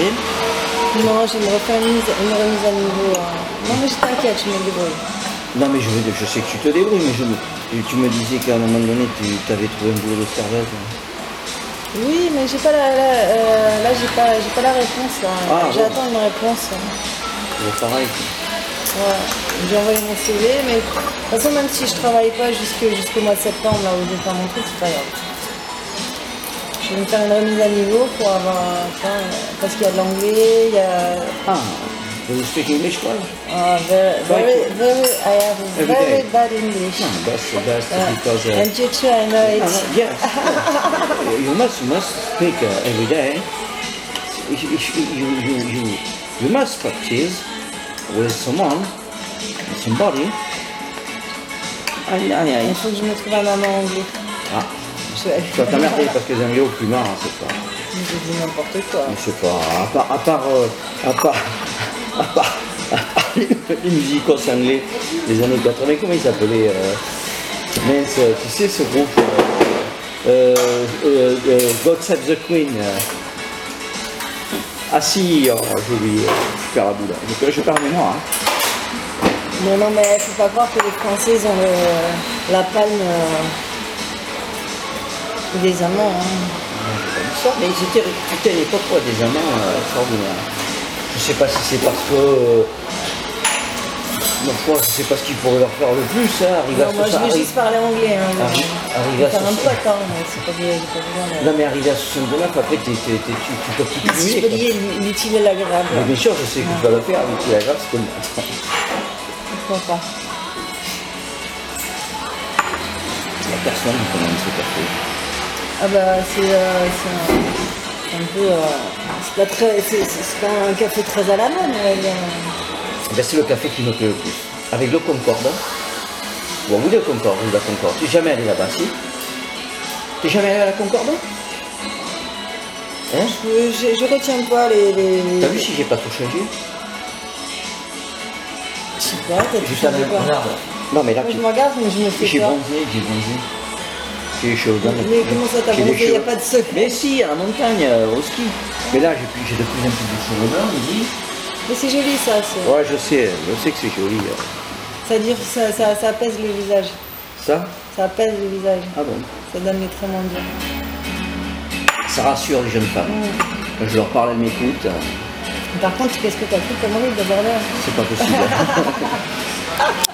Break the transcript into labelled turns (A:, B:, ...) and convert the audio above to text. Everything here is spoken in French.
A: Et
B: Non, je vais me refaire une, mise- une remise à niveau. euh. Non, mais je t'inquiète, je me débrouille.
A: Non, mais je, veux dire, je sais que tu te débrouilles, mais je me- tu me disais qu'à un moment donné, tu avais trouvé un boulot de serveuse.
B: Oui, mais j'ai pas la, la- euh, là, j'ai pas, j'ai pas la réponse. là.
A: Ah, bon.
B: J'attends une réponse. hein.
A: C'est pareil.
B: Ouais. J'ai envoyé mon CV, mais de toute façon, même si je travaille pas jusque- jusqu'au mois de septembre, là où je vais faire mon truc, c'est pas grave. Je vais me faire une remise à niveau pour avoir. euh, Enfin, euh, parce qu'il y a de l'anglais, il y a.
A: Ah, you speak English well?
B: Uh, very, very, very, I have a
A: Every
B: very
A: day.
B: bad English.
A: No, that's the best because... uh,
B: And you too, I know
A: no,
B: it.
A: no, yes, yes. you must, you must speak uh, every day. If, if you, you, you, you, you must practice with someone, somebody. Aïe, aïe, aïe.
B: Il faut que je me trouve un maman anglais.
A: Ah,
B: Je-
A: tu vas t'emmerder parce que les Anglais au plus marre, hein, c'est pas...
B: J'ai dit n'importe quoi.
A: Je sais pas, à part, à part, euh, à part, à part, à part les, les musicos anglais des années 80, comment ils s'appelaient euh, mince, euh, tu sais ce groupe euh, euh, euh, God Save the Queen. euh. Ah si, oh, j'ai oublié, je perds la boule, je, je perds la mémoire. hein.
B: Mais non, mais faut pas croire que les Français ils ont le- la palme euh, des Allemands. hein.
A: Ça, mais ils étaient réputés à l'époque quoi, des amants euh, extraordinaires. Je sais pas si c'est parce que... euh, ma foi, je sais pas ce qu'ils pourraient leur faire le plus, hein, arriver
B: Non,
A: à
B: moi
A: se
B: je veux
A: arri-
B: juste parler anglais. Hein, mais-
A: Arrive-
B: je
A: arrive à
B: vais faire
A: ce-
B: un pote, hein, mais c'est pas bien. c'est pas bien, mais-
A: Non mais arrivé à 69, après t'es- t'es- t'es- tu, tu peux plus
B: Si je
A: cumuler.
B: peux
A: quoi.
B: lier l'utile et l'agréable,
A: Mais bien sûr, je sais que tu vas le faire, mais tu la grave, c'est comme... Attends,
B: pourquoi pas.
A: la personne qui commande ce café.
B: Ah bah c'est euh, c'est un, c'est un peu... euh, c'est pas très... C'est c'est- c'est pas un café très à la mode, mais... euh,
A: Eh Ben, c'est le café qui me plaît le plus. Avec le Concorde. hein. Bon, oui, le Concorde, oui, la Concorde. Tu es jamais allé là-bas, si T'es jamais allé à la Concorde Hein
B: je, je- je retiens pas les... les...
A: T'as vu si j'ai pas tout changé
B: Je sais pas, t'as
A: J'ai
B: touché
A: pas
B: de quoi
A: Non mais là,
B: Moi
A: tu-
B: je me regarde, mais je me fais
A: Ah, j'ai
B: peur.
A: bronzé, j'ai bronzé. J'ai les cheveux blancs.
B: Mais comment ça t'as
A: J'ai les
B: bronzé Il n'y a
A: cheveux-
B: pas de secret.
A: Mais si, à la montagne, euh, au ski. Mais là, j'ai plus- j'ai de plus en plus de cheveux blancs, il dit.
B: Mais c'est joli ça, c'est-
A: Ouais, je sais, je sais que c'est joli. euh.
B: ça, dure, ça, ça, ça apaise le visage.
A: Ça
B: Ça apaise le visage.
A: Ah bon
B: Ça donne les traits moins durs.
A: Ça rassure les jeunes femmes. Quand
B: Mm.
A: je leur parle, elles m'écoutent. euh,
B: Par contre, qu'est-ce que t'as pris comme rue d'abord là
A: C'est pas possible.